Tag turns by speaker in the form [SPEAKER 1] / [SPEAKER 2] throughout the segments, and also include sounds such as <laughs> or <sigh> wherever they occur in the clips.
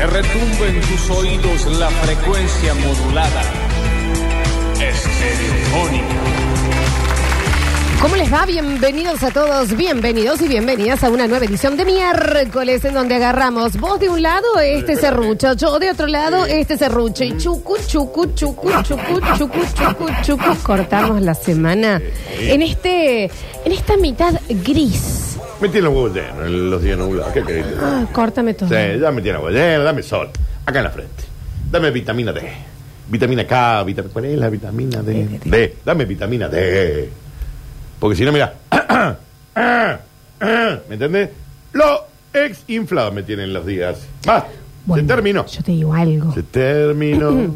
[SPEAKER 1] retumbe en tus oídos la frecuencia modulada. Estereofónica.
[SPEAKER 2] ¿Cómo les va? Bienvenidos a todos, bienvenidos y bienvenidas a una nueva edición de miércoles en donde agarramos vos de un lado, este serrucho, yo de otro lado, este serrucho y chucu, chucu, chucu, chucu, chucu, chucu, chucu, cortamos la semana en este, en esta mitad gris.
[SPEAKER 3] Metí los huevos llenos, los días nublados. ¿Qué querés?
[SPEAKER 2] Ah, córtame todo.
[SPEAKER 3] Sí, ya metí los huevos llenos, dame sol. Acá en la frente. Dame vitamina D. Vitamina K, vitamina. ¿Cuál es la vitamina D?
[SPEAKER 2] Eh,
[SPEAKER 3] D. Dame vitamina D. Porque si no, mira. <coughs> ¿Me entiendes? Lo ex inflado me tienen los días. Va.
[SPEAKER 2] Bueno,
[SPEAKER 3] se terminó.
[SPEAKER 2] Yo te digo algo. <coughs>
[SPEAKER 3] Se terminó.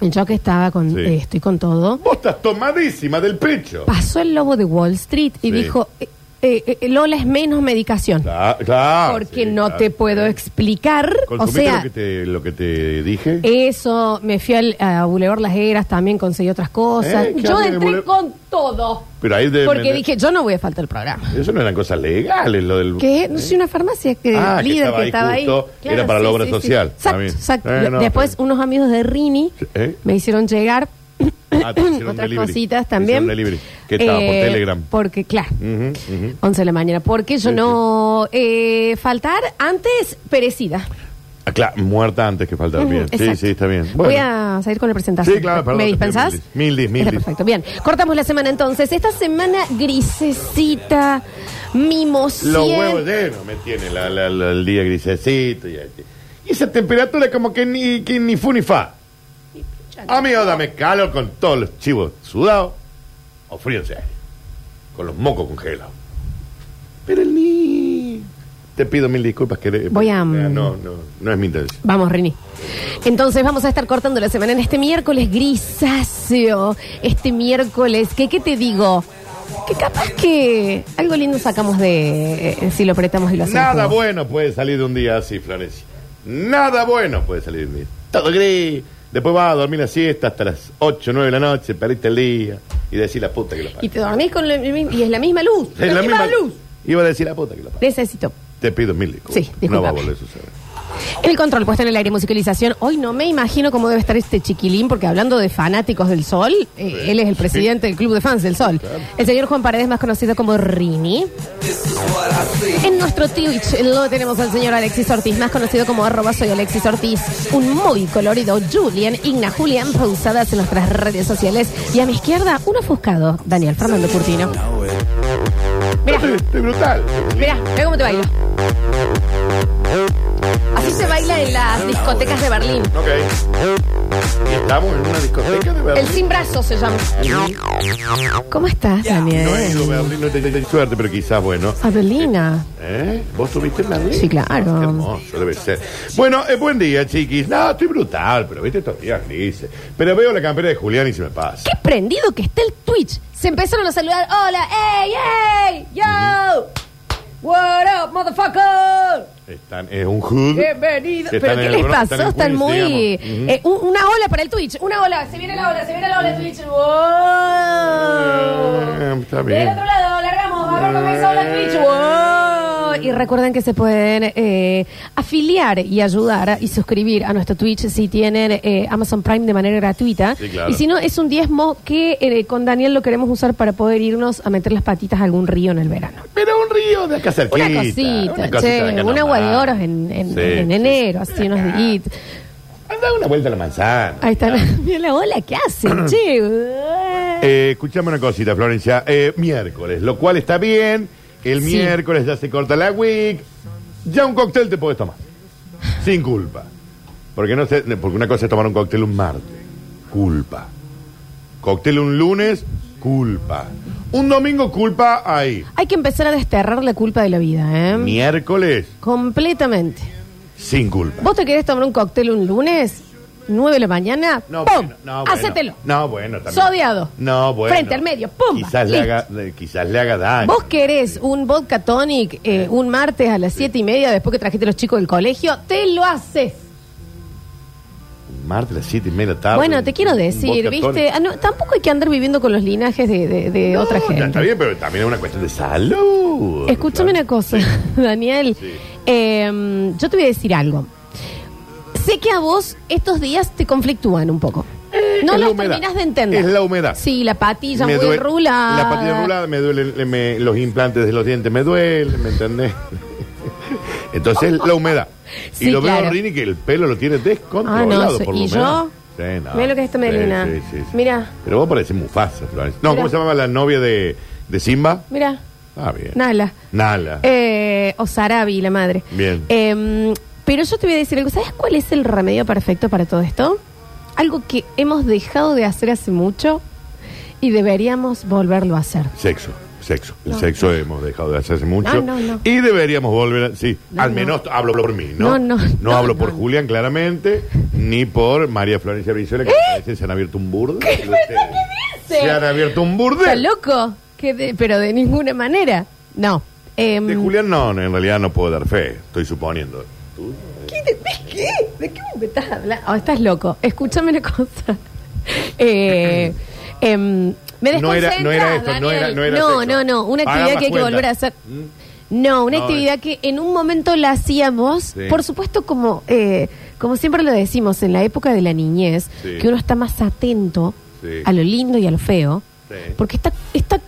[SPEAKER 2] Yo que estaba con,
[SPEAKER 3] Sí.
[SPEAKER 2] eh, estoy con todo,
[SPEAKER 3] Vos estás tomadísima del pecho.
[SPEAKER 2] pasó el lobo de Wall Street y
[SPEAKER 3] Sí.
[SPEAKER 2] dijo, eh, eh, eh, Lola es menos medicación.
[SPEAKER 3] Cla- claro,
[SPEAKER 2] Porque
[SPEAKER 3] Ah, sí,
[SPEAKER 2] no
[SPEAKER 3] claro. eh,
[SPEAKER 2] te puedo explicar. O
[SPEAKER 3] ¿Consumiste
[SPEAKER 2] sea, Eh,
[SPEAKER 3] lo, que te, lo que te dije?
[SPEAKER 2] eso, me fui al, a Boulevard Las Heras, también conseguí otras cosas.
[SPEAKER 3] Eh, ¿qué
[SPEAKER 2] yo
[SPEAKER 3] había de
[SPEAKER 2] entré
[SPEAKER 3] Boulevard?
[SPEAKER 2] con todo.
[SPEAKER 3] Pero ahí de-
[SPEAKER 2] porque
[SPEAKER 3] me-
[SPEAKER 2] dije, yo no voy a faltar el programa.
[SPEAKER 3] Eso no eran cosas legales, lo del. ¿Eh?
[SPEAKER 2] Que no soy una farmacia que
[SPEAKER 3] Ah, que
[SPEAKER 2] líder
[SPEAKER 3] estaba
[SPEAKER 2] que
[SPEAKER 3] ahí
[SPEAKER 2] estaba ahí.
[SPEAKER 3] justo, era para la obra social,
[SPEAKER 2] Exacto,
[SPEAKER 3] también.
[SPEAKER 2] exacto.
[SPEAKER 3] Eh, no,
[SPEAKER 2] Después,
[SPEAKER 3] pero-
[SPEAKER 2] unos amigos de Rini
[SPEAKER 3] ¿Eh?
[SPEAKER 2] me hicieron llegar
[SPEAKER 3] Ah,
[SPEAKER 2] <coughs>
[SPEAKER 3] te hicieron
[SPEAKER 2] otras
[SPEAKER 3] delivery.
[SPEAKER 2] cositas
[SPEAKER 3] Te
[SPEAKER 2] también.
[SPEAKER 3] hicieron delivery, que estaba por
[SPEAKER 2] Eh,
[SPEAKER 3] Telegram.
[SPEAKER 2] Porque, claro.
[SPEAKER 3] Ujú, ujú.
[SPEAKER 2] 11 de la mañana, porque yo
[SPEAKER 3] Sí,
[SPEAKER 2] no eh, faltar antes perecida.
[SPEAKER 3] Ah, claro, muerta antes que faltar. Bien.
[SPEAKER 2] Exacto.
[SPEAKER 3] Sí, sí, está bien.
[SPEAKER 2] Voy
[SPEAKER 3] Bueno.
[SPEAKER 2] a salir con la presentación.
[SPEAKER 3] Sí, claro, perdón,
[SPEAKER 2] ¿Me
[SPEAKER 3] te pido
[SPEAKER 2] dispensás?
[SPEAKER 3] mil dis, mil dis, mil
[SPEAKER 2] Está
[SPEAKER 3] dis.
[SPEAKER 2] Perfecto, bien. Cortamos la semana entonces. Esta semana grisecita, mimosien.
[SPEAKER 3] Los huevos llenos me tiene la- la- la- el día grisecito. Y, y esa temperatura como que ni, que ni fu ni fa. Amigo, dame calor con todos los chivos sudados o fríense. Con los mocos congelados. Pero el ni... Te pido mil disculpas. Que,
[SPEAKER 2] Voy a- mm,
[SPEAKER 3] No, no, no es mi intención.
[SPEAKER 2] Vamos, Rini. Entonces vamos a estar cortando la semana en este miércoles grisáceo. Este miércoles, que qué te digo? Que capaz que algo lindo sacamos de eh, si lo apretamos y lo hacemos.
[SPEAKER 3] Nada
[SPEAKER 2] juntos.
[SPEAKER 3] bueno puede salir de un día así, Florencia. Nada bueno puede salir de un día. Todo gris. Después vas a dormir la siesta hasta las 8 o 9 de la noche, perdiste el día. Y decís la puta que lo
[SPEAKER 2] Y
[SPEAKER 3] parió.
[SPEAKER 2] te dormís con la misma- y es la misma luz.
[SPEAKER 3] Es la misma
[SPEAKER 2] luz.
[SPEAKER 3] Iba a decir la puta que lo parió.
[SPEAKER 2] Necesito.
[SPEAKER 3] Te pido mil disculpas.
[SPEAKER 2] Sí, discúlpame.
[SPEAKER 3] No va a volver a suceder.
[SPEAKER 2] El control puesto en el aire, musicalización. Hoy no me imagino cómo debe estar este chiquilín, porque hablando de fanáticos del sol, eh,
[SPEAKER 3] Sí,
[SPEAKER 2] él es el
[SPEAKER 3] sí.
[SPEAKER 2] presidente del Club de Fans del Sol. El señor Juan Paredes, más conocido como Rini. En nuestro Twitch lo tenemos al señor Alexis Ortiz, más conocido como arroba soy Alexis Ortiz. Un muy colorido Julian, Igna Julian, pausadas en nuestras redes sociales. Y a mi izquierda, un ofuscado, Daniel Fernando Curtino. Mirá.
[SPEAKER 3] Estoy, estoy brutal.
[SPEAKER 2] Mirá, mirá cómo te bailo. Así se baila en las discotecas de Berlín.
[SPEAKER 3] Ok. Y estamos en una discoteca de
[SPEAKER 2] El
[SPEAKER 3] Berlín.
[SPEAKER 2] sin brazos se llama. ¿Cómo estás, Daniel?
[SPEAKER 3] No he ido a Berlín, no te- te- te- suerte, pero quizás bueno.
[SPEAKER 2] Adelina.
[SPEAKER 3] ¿Eh? ¿Vos tuviste en Berlín?
[SPEAKER 2] Sí, claro.
[SPEAKER 3] Qué hermoso, debe ser. Bueno, eh, buen día, chiquis. No, estoy brutal, pero viste estos días grises. Pero veo la campera de Julián y se me pasa.
[SPEAKER 2] Qué prendido que está el Twitch. Se empezaron a saludar. Hola, hey, hey, yo. What up, motherfucker?
[SPEAKER 3] Están, es un hood.
[SPEAKER 2] Bienvenido.
[SPEAKER 3] Que
[SPEAKER 2] ¿Pero
[SPEAKER 3] están
[SPEAKER 2] qué
[SPEAKER 3] en
[SPEAKER 2] les
[SPEAKER 3] el bro-
[SPEAKER 2] pasó? Están,
[SPEAKER 3] están en
[SPEAKER 2] muy.
[SPEAKER 3] Queens, digamos.
[SPEAKER 2] eh, un- una ola para el Twitch. Una ola. Se viene la ola, se viene la ola Twitch. ¡Wow!
[SPEAKER 3] Eh, está
[SPEAKER 2] Del
[SPEAKER 3] bien. Eh.
[SPEAKER 2] otro lado, largamos. Abre con esa ola Twitch. ¡Wow! Y recuerden que se pueden eh, afiliar y ayudar y suscribir a nuestro Twitch si tienen eh, Amazon Prime de manera gratuita.
[SPEAKER 3] Sí, claro.
[SPEAKER 2] Y si no, es un diezmo que eh, con Daniel lo queremos usar para poder irnos a meter las patitas a algún río en el verano.
[SPEAKER 3] Pero un río de acá cerquita.
[SPEAKER 2] Una cosita,
[SPEAKER 3] cosita
[SPEAKER 2] che,
[SPEAKER 3] de acá
[SPEAKER 2] un agua de
[SPEAKER 3] nomás.
[SPEAKER 2] oros en, en-
[SPEAKER 3] Sí,
[SPEAKER 2] en
[SPEAKER 3] sí.
[SPEAKER 2] enero, así unos días.
[SPEAKER 3] Anda una vuelta a la manzana.
[SPEAKER 2] Ahí está, la- mira la ola que
[SPEAKER 3] <clears throat>
[SPEAKER 2] hacen, che. Ué.
[SPEAKER 3] Eh, escuchame una cosita, Florencia. Eh, miércoles, lo cual está bien. El
[SPEAKER 2] Sí.
[SPEAKER 3] miércoles ya se corta la week. Ya un cóctel te podés tomar. Sin culpa. Porque, no sé, porque una cosa es tomar un cóctel un martes. Culpa. Cóctel un lunes. Culpa. Un domingo, culpa ahí.
[SPEAKER 2] Hay que empezar a desterrar la culpa de la vida, ¿eh?
[SPEAKER 3] Miércoles,
[SPEAKER 2] Completamente.
[SPEAKER 3] sin culpa.
[SPEAKER 2] ¿Vos te querés tomar un cóctel un lunes, 9 de la mañana? ¡Pum!
[SPEAKER 3] bueno, bueno.
[SPEAKER 2] Hacételo.
[SPEAKER 3] No, bueno, también.
[SPEAKER 2] Sodiado.
[SPEAKER 3] No, bueno.
[SPEAKER 2] Frente al medio, pum,
[SPEAKER 3] Quizás le,
[SPEAKER 2] listo.
[SPEAKER 3] haga, eh, quizás le haga daño.
[SPEAKER 2] ¿Vos querés un vodka tonic eh, un martes a las siete y media después que trajiste los chicos del colegio? Te lo haces.
[SPEAKER 3] Martes a las 7 y media de la tarde.
[SPEAKER 2] bueno, te quiero
[SPEAKER 3] Ah, un
[SPEAKER 2] decir,
[SPEAKER 3] vodka
[SPEAKER 2] ¿viste? Ah, no, tampoco hay que andar viviendo con los linajes de, de- de
[SPEAKER 3] No,
[SPEAKER 2] otra
[SPEAKER 3] ya
[SPEAKER 2] gente.
[SPEAKER 3] Está bien, pero también es una cuestión de salud.
[SPEAKER 2] Escúchame una cosa, <laughs> Daniel. Em,
[SPEAKER 3] Sí.
[SPEAKER 2] Eh, yo te voy a decir algo. Sé que a vos estos días te conflictúan un poco. No
[SPEAKER 3] Es la
[SPEAKER 2] los
[SPEAKER 3] humedad.
[SPEAKER 2] terminás de entender.
[SPEAKER 3] Es la humedad.
[SPEAKER 2] Sí, la patilla
[SPEAKER 3] Me
[SPEAKER 2] muy
[SPEAKER 3] duele-
[SPEAKER 2] rulada.
[SPEAKER 3] La patilla rulada, me duelen me- los implantes de los dientes, me duele, ¿me entendés? <laughs> Entonces,
[SPEAKER 2] <laughs>
[SPEAKER 3] la humedad.
[SPEAKER 2] Sí,
[SPEAKER 3] y lo
[SPEAKER 2] claro.
[SPEAKER 3] veo a Rini que el pelo lo tiene
[SPEAKER 2] Ah, no,
[SPEAKER 3] descontrolado
[SPEAKER 2] soy-
[SPEAKER 3] por
[SPEAKER 2] ¿y
[SPEAKER 3] la humedad.
[SPEAKER 2] yo?
[SPEAKER 3] Sí, no.
[SPEAKER 2] Mira lo que es esta
[SPEAKER 3] Sí,
[SPEAKER 2] melina.
[SPEAKER 3] sí, sí, sí.
[SPEAKER 2] Mira.
[SPEAKER 3] Pero vos parecés Mufasa, Florencia. No,
[SPEAKER 2] Mira.
[SPEAKER 3] ¿cómo se llamaba la novia de, de Simba?
[SPEAKER 2] Mira,
[SPEAKER 3] Ah, bien.
[SPEAKER 2] Nala.
[SPEAKER 3] Nala.
[SPEAKER 2] Eh, o Sarabi, la madre.
[SPEAKER 3] Bien.
[SPEAKER 2] Eh, pero yo te voy a decir algo. ¿Sabes cuál es el remedio perfecto para todo esto? Algo que hemos dejado de hacer hace mucho y deberíamos volverlo a hacer.
[SPEAKER 3] Sexo, sexo. El
[SPEAKER 2] No.
[SPEAKER 3] sexo hemos dejado de hacer hace mucho.
[SPEAKER 2] No, no, no.
[SPEAKER 3] Y deberíamos volver a... Sí,
[SPEAKER 2] No, no.
[SPEAKER 3] al menos hablo por mí, ¿no?
[SPEAKER 2] No, no, no,
[SPEAKER 3] hablo
[SPEAKER 2] no,
[SPEAKER 3] por
[SPEAKER 2] no.
[SPEAKER 3] Julián, claramente, ni por María Florencia Brizuela, que parece se han abierto un burdel.
[SPEAKER 2] ¿Eh? ¿Qué es lo que dice?
[SPEAKER 3] Se han abierto un burdel.
[SPEAKER 2] ¿Está loco? Que de- pero de ninguna manera. No. Em,
[SPEAKER 3] De Julián no, no, en realidad no puedo dar fe, estoy suponiendo. ¿Tú?
[SPEAKER 2] ¿Qué te- ¿De qué? ¿De qué me estás hablando? Oh, estás loco. Escúchame una cosa. <laughs> Eh, em, me
[SPEAKER 3] No era-
[SPEAKER 2] desconcentra,
[SPEAKER 3] no era esto, no
[SPEAKER 2] Daniel.
[SPEAKER 3] era- no era
[SPEAKER 2] no,
[SPEAKER 3] sexo.
[SPEAKER 2] no, no, Una actividad
[SPEAKER 3] Pagan
[SPEAKER 2] que
[SPEAKER 3] las
[SPEAKER 2] hay que
[SPEAKER 3] cuentas.
[SPEAKER 2] volver a hacer.
[SPEAKER 3] ¿Mm?
[SPEAKER 2] No, una
[SPEAKER 3] No,
[SPEAKER 2] actividad que en un momento la hacíamos,
[SPEAKER 3] Sí.
[SPEAKER 2] por supuesto como eh, como siempre lo decimos en la época de la niñez,
[SPEAKER 3] Sí.
[SPEAKER 2] que uno está más atento
[SPEAKER 3] Sí.
[SPEAKER 2] a lo lindo y a lo feo,
[SPEAKER 3] Sí.
[SPEAKER 2] porque está está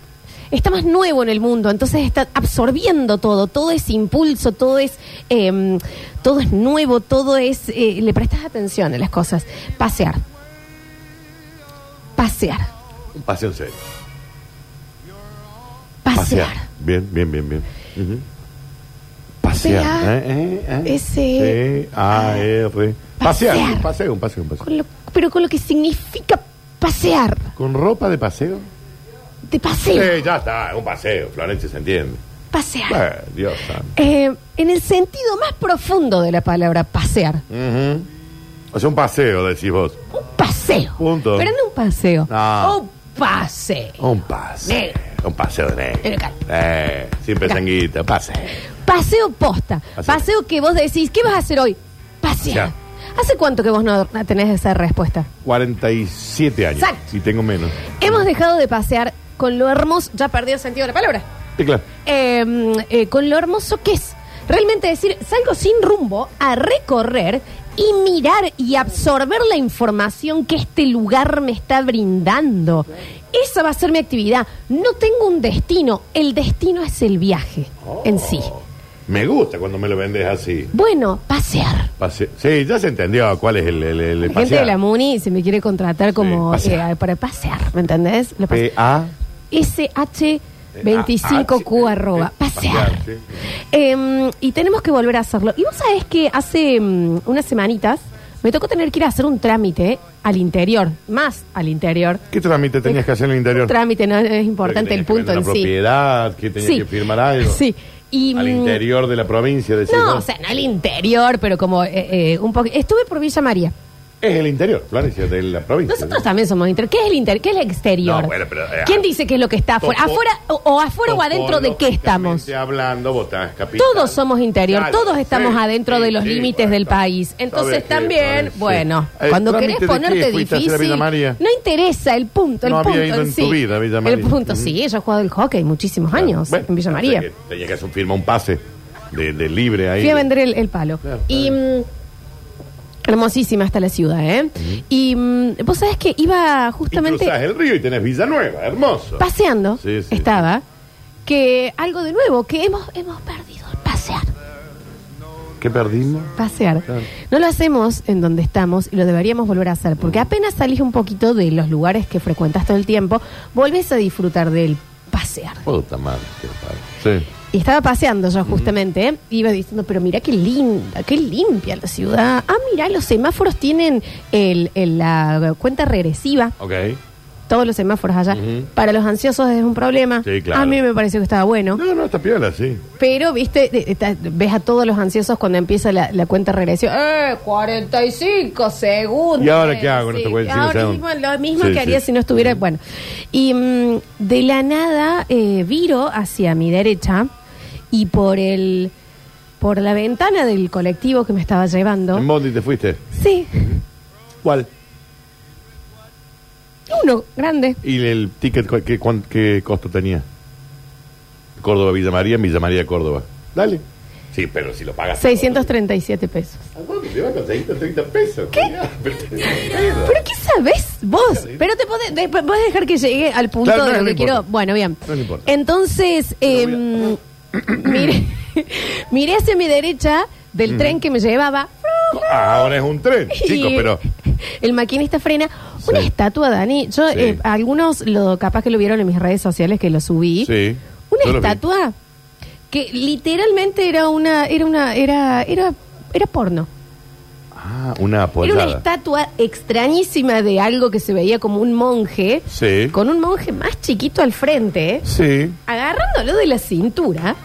[SPEAKER 2] está más nuevo en el mundo, entonces está absorbiendo todo, todo es impulso, todo es eh, todo es nuevo, todo es eh, le prestas atención a las cosas, pasear, pasear,
[SPEAKER 3] Un paseo en serio.
[SPEAKER 2] pasear.
[SPEAKER 3] Bien, bien, bien, bien. Ujú. Pasear.
[SPEAKER 2] P-A-
[SPEAKER 3] ¿eh? ¿eh? ¿eh?
[SPEAKER 2] S-
[SPEAKER 3] C-A-R. Pasear.
[SPEAKER 2] Ah, Pasear.
[SPEAKER 3] Un paseo, un paseo, un paseo.
[SPEAKER 2] Con lo- pero con lo que significa pasear,
[SPEAKER 3] ¿Con ropa de paseo?
[SPEAKER 2] de
[SPEAKER 3] Sí,
[SPEAKER 2] paseo.
[SPEAKER 3] Eh, ya está, es un paseo, Florencia, se entiende.
[SPEAKER 2] Pasear.
[SPEAKER 3] Bueno, Dios santo.
[SPEAKER 2] Eh, en el sentido más profundo de la palabra pasear.
[SPEAKER 3] Ujú. O sea, un paseo, decís vos.
[SPEAKER 2] Un paseo.
[SPEAKER 3] Mm. Punto.
[SPEAKER 2] Pero no un paseo.
[SPEAKER 3] No.
[SPEAKER 2] Un paseo.
[SPEAKER 3] Un paseo.
[SPEAKER 2] Negro.
[SPEAKER 3] Un paseo de
[SPEAKER 2] Pero
[SPEAKER 3] negro.
[SPEAKER 2] acá.
[SPEAKER 3] Eh, siempre
[SPEAKER 2] Acá.
[SPEAKER 3] sanguita, paseo.
[SPEAKER 2] Paseo posta.
[SPEAKER 3] Paseo.
[SPEAKER 2] Paseo que vos decís, ¿qué vas a hacer hoy? Pasear.
[SPEAKER 3] Pasear.
[SPEAKER 2] ¿Hace cuánto que vos no tenés esa respuesta?
[SPEAKER 3] 47 años.
[SPEAKER 2] Exacto.
[SPEAKER 3] Y tengo menos.
[SPEAKER 2] Hemos dejado de pasear con lo hermoso. Ya perdió el sentido de la palabra.
[SPEAKER 3] Sí, claro.
[SPEAKER 2] Eh, eh, con lo hermoso que es. Realmente decir, salgo sin rumbo a recorrer y mirar y absorber la información que este lugar me está brindando. Esa va a ser mi actividad. No tengo un destino, el destino es el viaje en sí.
[SPEAKER 3] Oh. Me gusta cuando me lo vendes así.
[SPEAKER 2] Bueno, pasear.
[SPEAKER 3] Pase- Sí, ya se entendió cuál es el, el, el
[SPEAKER 2] La gente
[SPEAKER 3] pasear.
[SPEAKER 2] de la MUNI se me quiere contratar como
[SPEAKER 3] pasear. Eh, ah.
[SPEAKER 2] eh, para pasear, ¿me entendés? Lo pase-
[SPEAKER 3] P-A.
[SPEAKER 2] SH25Q
[SPEAKER 3] Ah,
[SPEAKER 2] arroba.
[SPEAKER 3] sí,
[SPEAKER 2] Pasear.
[SPEAKER 3] pasear, sí.
[SPEAKER 2] Em, y tenemos que volver a hacerlo. Y vos sabés que hace mm, unas semanitas me tocó tener que ir a hacer un trámite al interior, más al interior.
[SPEAKER 3] ¿Qué trámite tenías que hacer en el
[SPEAKER 2] Un
[SPEAKER 3] interior?
[SPEAKER 2] trámite no es importante
[SPEAKER 3] Tenías
[SPEAKER 2] el
[SPEAKER 3] que
[SPEAKER 2] punto
[SPEAKER 3] vender
[SPEAKER 2] en
[SPEAKER 3] una
[SPEAKER 2] sí.
[SPEAKER 3] propiedad, que tenías
[SPEAKER 2] Sí.
[SPEAKER 3] que firmar algo.
[SPEAKER 2] Sí. Y,
[SPEAKER 3] Al
[SPEAKER 2] mm,
[SPEAKER 3] interior de la provincia de
[SPEAKER 2] No, o sea, no al interior, pero como eh, eh, un poco. Estuve por Villa María.
[SPEAKER 3] Es el interior, Florencia, de la provincia.
[SPEAKER 2] Nosotros también somos interior. ¿Qué es el interior? ¿Qué es el exterior?
[SPEAKER 3] No, bueno, pero, eh,
[SPEAKER 2] ¿Quién dice qué es lo que está afuera?
[SPEAKER 3] Topo-
[SPEAKER 2] ¿Afuera o, o afuera o adentro de qué estamos?
[SPEAKER 3] Topológicamente hablando, vos estás capital.
[SPEAKER 2] Todos somos interior,
[SPEAKER 3] Claro,
[SPEAKER 2] todos estamos
[SPEAKER 3] sí,
[SPEAKER 2] adentro
[SPEAKER 3] sí,
[SPEAKER 2] de los
[SPEAKER 3] sí,
[SPEAKER 2] límites
[SPEAKER 3] bueno,
[SPEAKER 2] del
[SPEAKER 3] está.
[SPEAKER 2] país. Entonces
[SPEAKER 3] Sabes que-
[SPEAKER 2] también,
[SPEAKER 3] sabes, sí.
[SPEAKER 2] bueno,
[SPEAKER 3] ¿El
[SPEAKER 2] cuando
[SPEAKER 3] trámite
[SPEAKER 2] querés
[SPEAKER 3] de qué
[SPEAKER 2] ponerte
[SPEAKER 3] fuiste a hacer a
[SPEAKER 2] difícil,
[SPEAKER 3] Villa María?
[SPEAKER 2] no interesa el punto, el
[SPEAKER 3] No había
[SPEAKER 2] punto
[SPEAKER 3] ido en
[SPEAKER 2] sí.
[SPEAKER 3] tu vida a Villa María.
[SPEAKER 2] El punto
[SPEAKER 3] Ujú.
[SPEAKER 2] sí, yo he jugado el hockey muchísimos
[SPEAKER 3] Claro.
[SPEAKER 2] años
[SPEAKER 3] Bueno,
[SPEAKER 2] en Villa
[SPEAKER 3] o sea
[SPEAKER 2] María.
[SPEAKER 3] que Tenía que hacer firma un pase de, de libre ahí.
[SPEAKER 2] Fui a vender el, el palo.
[SPEAKER 3] Claro,
[SPEAKER 2] y
[SPEAKER 3] está
[SPEAKER 2] mm, hermosísima está la ciudad, ¿eh? Y mm, vos sabés que iba
[SPEAKER 3] Y cruzás
[SPEAKER 2] justamente
[SPEAKER 3] el río y tenés Villanueva, hermoso.
[SPEAKER 2] paseando,
[SPEAKER 3] Sí, sí,
[SPEAKER 2] estaba, que algo de nuevo, que hemos, hemos perdido el pasear.
[SPEAKER 3] ¿Qué perdimos?
[SPEAKER 2] pasear.
[SPEAKER 3] Claro.
[SPEAKER 2] No lo hacemos en donde estamos y lo deberíamos volver a hacer, porque apenas salís un poquito de los lugares que frecuentas todo el tiempo, volvés a disfrutar del pasear.
[SPEAKER 3] Puta madre, qué padre. Sí.
[SPEAKER 2] Y estaba paseando yo justamente, ¿eh? iba diciendo, pero mira qué linda, qué limpia la ciudad. Ah, mira, los semáforos tienen el, el- la cuenta regresiva,
[SPEAKER 3] Ok.
[SPEAKER 2] todos los semáforos allá.
[SPEAKER 3] Ujú.
[SPEAKER 2] Para los ansiosos es un problema.
[SPEAKER 3] Sí, claro.
[SPEAKER 2] A mí me pareció que estaba bueno.
[SPEAKER 3] No, no, está piola, sí.
[SPEAKER 2] Pero, viste, de- de- ta- ves a todos los ansiosos cuando empieza la, la cuenta regresiva. ¡Eh, 45 segundos!
[SPEAKER 3] ¿Y ahora qué hago en estos 45
[SPEAKER 2] ahora
[SPEAKER 3] segundos?
[SPEAKER 2] mismo, lo mismo
[SPEAKER 3] Sí,
[SPEAKER 2] que haría
[SPEAKER 3] sí.
[SPEAKER 2] si no estuviera... Bueno, y mm, de la nada eh, viro hacia mi derecha y por el... Por la ventana del colectivo que me estaba llevando.
[SPEAKER 3] ¿En Bondi te fuiste?
[SPEAKER 2] Sí,
[SPEAKER 3] ¿Cuál?
[SPEAKER 2] uno grande.
[SPEAKER 3] ¿Y el ticket cu- qué, cuán- qué costo tenía? Córdoba, Villa María, Villa María, Córdoba. Dale. Sí, pero si lo pagas.
[SPEAKER 2] 637 pesos.
[SPEAKER 3] ¿A dónde te vas con 630 pesos?
[SPEAKER 2] ¿Qué?
[SPEAKER 3] Cuidado, pero te- cuidado.
[SPEAKER 2] ¿Pero qué sabes vos? Pero te podés, de- podés dejar que llegue al punto
[SPEAKER 3] Claro, no,
[SPEAKER 2] de lo
[SPEAKER 3] no
[SPEAKER 2] que
[SPEAKER 3] importa.
[SPEAKER 2] quiero. Bueno, bien.
[SPEAKER 3] No le importa.
[SPEAKER 2] Entonces, em, miré, miré hacia mi derecha del
[SPEAKER 3] Mm.
[SPEAKER 2] tren que me llevaba.
[SPEAKER 3] Ah, Ahora es un tren, chico,
[SPEAKER 2] <laughs> y
[SPEAKER 3] pero.
[SPEAKER 2] El maquinista frena. Una
[SPEAKER 3] Sí.
[SPEAKER 2] estatua, Dani. Yo,
[SPEAKER 3] Sí.
[SPEAKER 2] eh, algunos lo capaz que lo vieron en mis redes sociales que lo subí.
[SPEAKER 3] Sí.
[SPEAKER 2] Una
[SPEAKER 3] Yo lo vi.
[SPEAKER 2] estatua que literalmente era una, era una, era, era, era porno.
[SPEAKER 3] Ah, una
[SPEAKER 2] Era una
[SPEAKER 3] apoyada.
[SPEAKER 2] estatua extrañísima de algo que se veía como un monje,
[SPEAKER 3] Sí.
[SPEAKER 2] con un monje más chiquito al frente, ¿eh?
[SPEAKER 3] Sí.
[SPEAKER 2] agarrándolo de la cintura,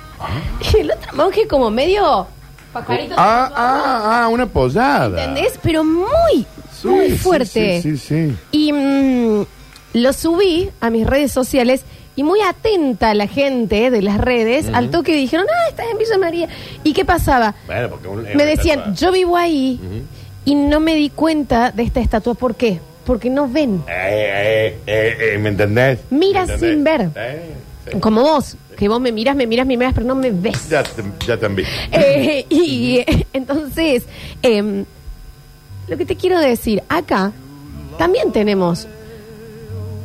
[SPEAKER 2] y el otro monje como medio pajarito.
[SPEAKER 3] Ah, ah, ah, una apoyada.
[SPEAKER 2] ¿Entendés? Pero muy,
[SPEAKER 3] Ah. Sí,
[SPEAKER 2] muy
[SPEAKER 3] sí,
[SPEAKER 2] fuerte.
[SPEAKER 3] Sí, sí, sí.
[SPEAKER 2] Y mm, lo subí a mis redes sociales y muy atenta la gente de las redes al toque dijeron, ah, estás en Villa María. ¿Y qué pasaba?
[SPEAKER 3] Bueno, porque un-
[SPEAKER 2] Me decían, yo vivo ahí y no me di cuenta de esta estatua. ¿Por qué? Porque no ven.
[SPEAKER 3] Eh, eh, eh, eh, ¿Me entendés?
[SPEAKER 2] Mira
[SPEAKER 3] ¿Me
[SPEAKER 2] sin ver.
[SPEAKER 3] Eh, sí.
[SPEAKER 2] Como vos, que vos me miras, me miras, me miras, pero no me ves.
[SPEAKER 3] Ya, te- ya te envié.
[SPEAKER 2] Eh, y <laughs> eh, entonces, em, lo que te quiero decir, acá también tenemos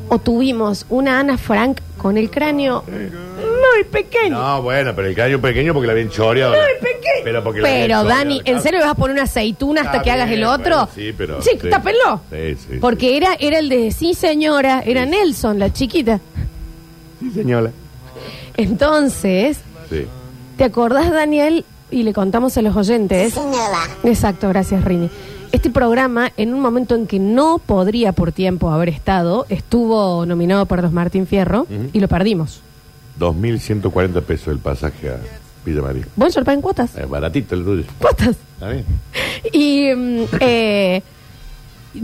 [SPEAKER 2] o tuvimos una Ana Frank con el cráneo muy pequeño.
[SPEAKER 3] No, bueno, pero el caño pequeño porque la habían choreado.
[SPEAKER 2] Muy pequeño.
[SPEAKER 3] Pero, porque la
[SPEAKER 2] Pero,
[SPEAKER 3] habían choreado,
[SPEAKER 2] Dani, ¿en
[SPEAKER 3] claro.
[SPEAKER 2] serio le vas a poner una aceituna hasta
[SPEAKER 3] Está
[SPEAKER 2] que hagas el
[SPEAKER 3] bien,
[SPEAKER 2] otro?
[SPEAKER 3] bueno, sí, pero-
[SPEAKER 2] Chico,
[SPEAKER 3] sí.
[SPEAKER 2] tápenlo.
[SPEAKER 3] Sí, sí, sí.
[SPEAKER 2] Porque Era, era el de sí, señora, era Nelson, la chiquita.
[SPEAKER 3] Sí, señora.
[SPEAKER 2] Entonces,
[SPEAKER 3] Sí.
[SPEAKER 2] ¿Te acordás, Daniel? Y le contamos a los oyentes. Exacto, gracias, Rini. Este programa, en un momento en que no podría por tiempo haber estado, estuvo nominado por los Martín Fierro y lo perdimos.
[SPEAKER 3] 2.140 pesos el pasaje a Villa María.
[SPEAKER 2] Buen sorpa en cuotas.
[SPEAKER 3] Es baratito el tuyo.
[SPEAKER 2] Cuotas.
[SPEAKER 3] ¿Está bien?
[SPEAKER 2] Y mm, eh,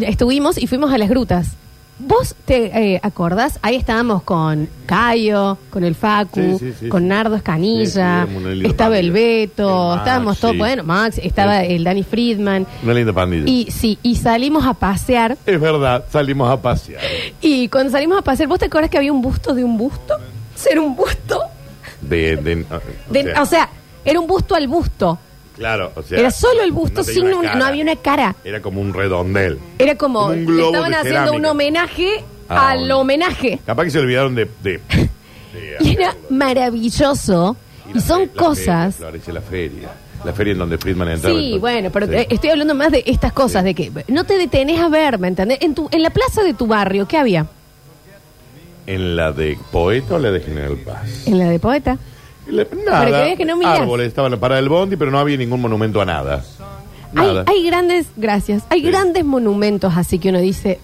[SPEAKER 2] estuvimos y fuimos a las grutas. ¿Vos te eh, acordás? Ahí estábamos con Cayo, con el Facu,
[SPEAKER 3] Sí, sí, sí,
[SPEAKER 2] con
[SPEAKER 3] sí.
[SPEAKER 2] Nardo
[SPEAKER 3] Sí, sí,
[SPEAKER 2] Escanilla,
[SPEAKER 3] éramos una linda
[SPEAKER 2] estaba el
[SPEAKER 3] familia.
[SPEAKER 2] Beto,
[SPEAKER 3] El
[SPEAKER 2] estábamos
[SPEAKER 3] Maxi.
[SPEAKER 2] todos, bueno, Max, estaba
[SPEAKER 3] Sí.
[SPEAKER 2] el Dani Friedman.
[SPEAKER 3] Una linda pandilla.
[SPEAKER 2] Y sí, y salimos a pasear.
[SPEAKER 3] Es verdad, salimos a pasear.
[SPEAKER 2] Y cuando salimos a pasear, ¿vos te acordás que había un busto de un busto? ¿Ser un busto?
[SPEAKER 3] De, de-
[SPEAKER 2] De- o sea, era un busto al busto.
[SPEAKER 3] claro, o sea.
[SPEAKER 2] era solo el busto,
[SPEAKER 3] tenía
[SPEAKER 2] sin
[SPEAKER 3] una
[SPEAKER 2] un-
[SPEAKER 3] cara.
[SPEAKER 2] no había una cara.
[SPEAKER 3] Era como un redondel.
[SPEAKER 2] Era como,
[SPEAKER 3] Como un
[SPEAKER 2] le
[SPEAKER 3] globo
[SPEAKER 2] estaban
[SPEAKER 3] de
[SPEAKER 2] haciendo un
[SPEAKER 3] cerámica.
[SPEAKER 2] homenaje
[SPEAKER 3] Ah,
[SPEAKER 2] al
[SPEAKER 3] bueno.
[SPEAKER 2] homenaje.
[SPEAKER 3] Capaz que se olvidaron de.
[SPEAKER 2] <laughs>
[SPEAKER 3] de, de
[SPEAKER 2] Y era
[SPEAKER 3] hacerlo.
[SPEAKER 2] maravilloso.
[SPEAKER 3] Y
[SPEAKER 2] Y
[SPEAKER 3] la
[SPEAKER 2] son
[SPEAKER 3] fe- la feria,
[SPEAKER 2] cosas.
[SPEAKER 3] Florencia, la feria. La feria en donde Friedman entraba.
[SPEAKER 2] Sí,
[SPEAKER 3] entonces.
[SPEAKER 2] bueno, pero
[SPEAKER 3] Sí.
[SPEAKER 2] eh, estoy hablando más de estas cosas, de que no te detenés a ver, ¿me entendés? En, tu, en la plaza de tu barrio, ¿qué había?
[SPEAKER 3] ¿En la de Poeta o la de General Paz?
[SPEAKER 2] En la de poeta.
[SPEAKER 3] La- nada.
[SPEAKER 2] que veas que no mirás.
[SPEAKER 3] Árboles estaban para el bondi, pero no había ningún monumento a nada.
[SPEAKER 2] Hay,
[SPEAKER 3] Nada.
[SPEAKER 2] hay grandes, gracias, hay
[SPEAKER 3] Sí.
[SPEAKER 2] grandes monumentos así que uno dice,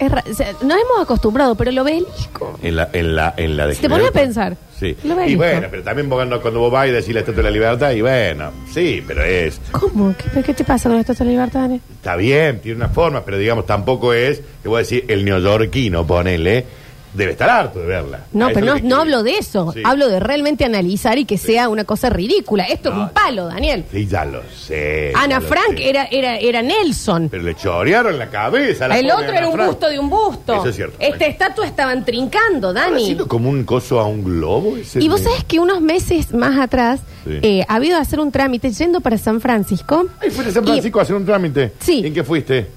[SPEAKER 2] es ra- o sea, nos hemos acostumbrado, pero el obelisco.
[SPEAKER 3] En la, en la, en la de
[SPEAKER 2] Si te pones
[SPEAKER 3] General
[SPEAKER 2] a
[SPEAKER 3] Paz.
[SPEAKER 2] pensar,
[SPEAKER 3] Sí.
[SPEAKER 2] lo ves,
[SPEAKER 3] Y
[SPEAKER 2] hijo.
[SPEAKER 3] bueno, pero también vos no- cuando vos vas y decís la Estatua de la Libertad, y bueno, sí, pero es.
[SPEAKER 2] ¿Cómo? ¿Qué, pero qué te pasa con esto de libertad, Dani?
[SPEAKER 3] Está bien, tiene una forma, pero digamos, tampoco es, te voy a decir, el neoyorquino, ponele. Debe estar harto de verla.
[SPEAKER 2] No,
[SPEAKER 3] A eso
[SPEAKER 2] pero no,
[SPEAKER 3] es lo que
[SPEAKER 2] no
[SPEAKER 3] quiero.
[SPEAKER 2] hablo de eso,
[SPEAKER 3] Sí.
[SPEAKER 2] hablo de realmente analizar y que sea una cosa ridícula. Esto
[SPEAKER 3] No,
[SPEAKER 2] es un palo, Daniel.
[SPEAKER 3] Sí, ya lo sé. ya
[SPEAKER 2] Ana
[SPEAKER 3] lo
[SPEAKER 2] Frank
[SPEAKER 3] sé.
[SPEAKER 2] era, era, era Nelson.
[SPEAKER 3] Pero le chorearon la cabeza. a la
[SPEAKER 2] El
[SPEAKER 3] pobre
[SPEAKER 2] otro
[SPEAKER 3] Ana
[SPEAKER 2] era un
[SPEAKER 3] Frank.
[SPEAKER 2] busto de un busto. Este,
[SPEAKER 3] Eso es cierto.
[SPEAKER 2] Esta estatua estaban trincando,
[SPEAKER 3] ¿Habrá
[SPEAKER 2] Dani.
[SPEAKER 3] sido como un coso a un globo? ese
[SPEAKER 2] Y vos
[SPEAKER 3] de-
[SPEAKER 2] sabés que unos meses más atrás
[SPEAKER 3] Sí.
[SPEAKER 2] eh, ha habido a hacer un trámite yendo para San Francisco.
[SPEAKER 3] Ahí fuiste a San Francisco a hacer un trámite.
[SPEAKER 2] Sí.
[SPEAKER 3] ¿En qué fuiste?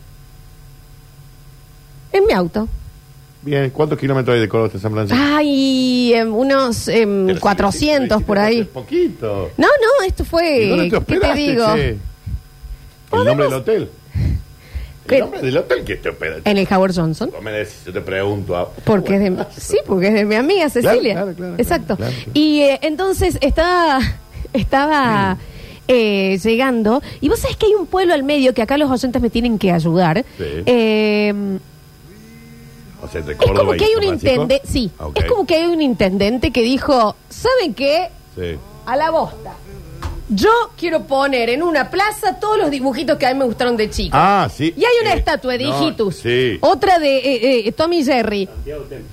[SPEAKER 2] Y- en mi auto.
[SPEAKER 3] Bien, ¿cuántos kilómetros hay de Córdoba hasta San Francisco?
[SPEAKER 2] Ah, Ay, em, unos em,
[SPEAKER 3] Pero sí,
[SPEAKER 2] 400
[SPEAKER 3] sí,
[SPEAKER 2] por
[SPEAKER 3] sí,
[SPEAKER 2] ahí.
[SPEAKER 3] hace Poquito.
[SPEAKER 2] No, no, esto
[SPEAKER 3] ¿Y
[SPEAKER 2] fue.
[SPEAKER 3] dónde te
[SPEAKER 2] ¿Qué te
[SPEAKER 3] hospedaste,
[SPEAKER 2] digo?
[SPEAKER 3] che? ¿El
[SPEAKER 2] Podemos-
[SPEAKER 3] nombre del hotel?
[SPEAKER 2] ¿Qué?
[SPEAKER 3] ¿El nombre del hotel que te hospeda?
[SPEAKER 2] En el Howard Johnson.
[SPEAKER 3] Vos me decís, yo te pregunto. ah,
[SPEAKER 2] Porque
[SPEAKER 3] <laughs>
[SPEAKER 2] es de,
[SPEAKER 3] bueno,
[SPEAKER 2] sí, porque es de mi amiga Cecilia.
[SPEAKER 3] claro, claro,
[SPEAKER 2] Exacto.
[SPEAKER 3] claro, claro.
[SPEAKER 2] Y eh, entonces estaba, <laughs> estaba eh, llegando. Y vos sabés que hay un pueblo al medio que acá los oyentes me tienen que ayudar.
[SPEAKER 3] Sí.
[SPEAKER 2] Eh,
[SPEAKER 3] O sea, entre
[SPEAKER 2] es como
[SPEAKER 3] Córdoba y
[SPEAKER 2] que hay
[SPEAKER 3] San
[SPEAKER 2] un
[SPEAKER 3] Francisco.
[SPEAKER 2] intendente. Sí,
[SPEAKER 3] Ah, ok.
[SPEAKER 2] es como que hay un intendente que dijo: ¿Saben qué?
[SPEAKER 3] Sí.
[SPEAKER 2] a la bosta. Yo quiero poner en una plaza todos los dibujitos que a mí me gustaron de chico.
[SPEAKER 3] Ah, sí.
[SPEAKER 2] y hay una
[SPEAKER 3] Eh,
[SPEAKER 2] estatua de
[SPEAKER 3] no,
[SPEAKER 2] Hijitus. Oh.
[SPEAKER 3] Sí.
[SPEAKER 2] Otra de eh, eh, Tommy Jerry.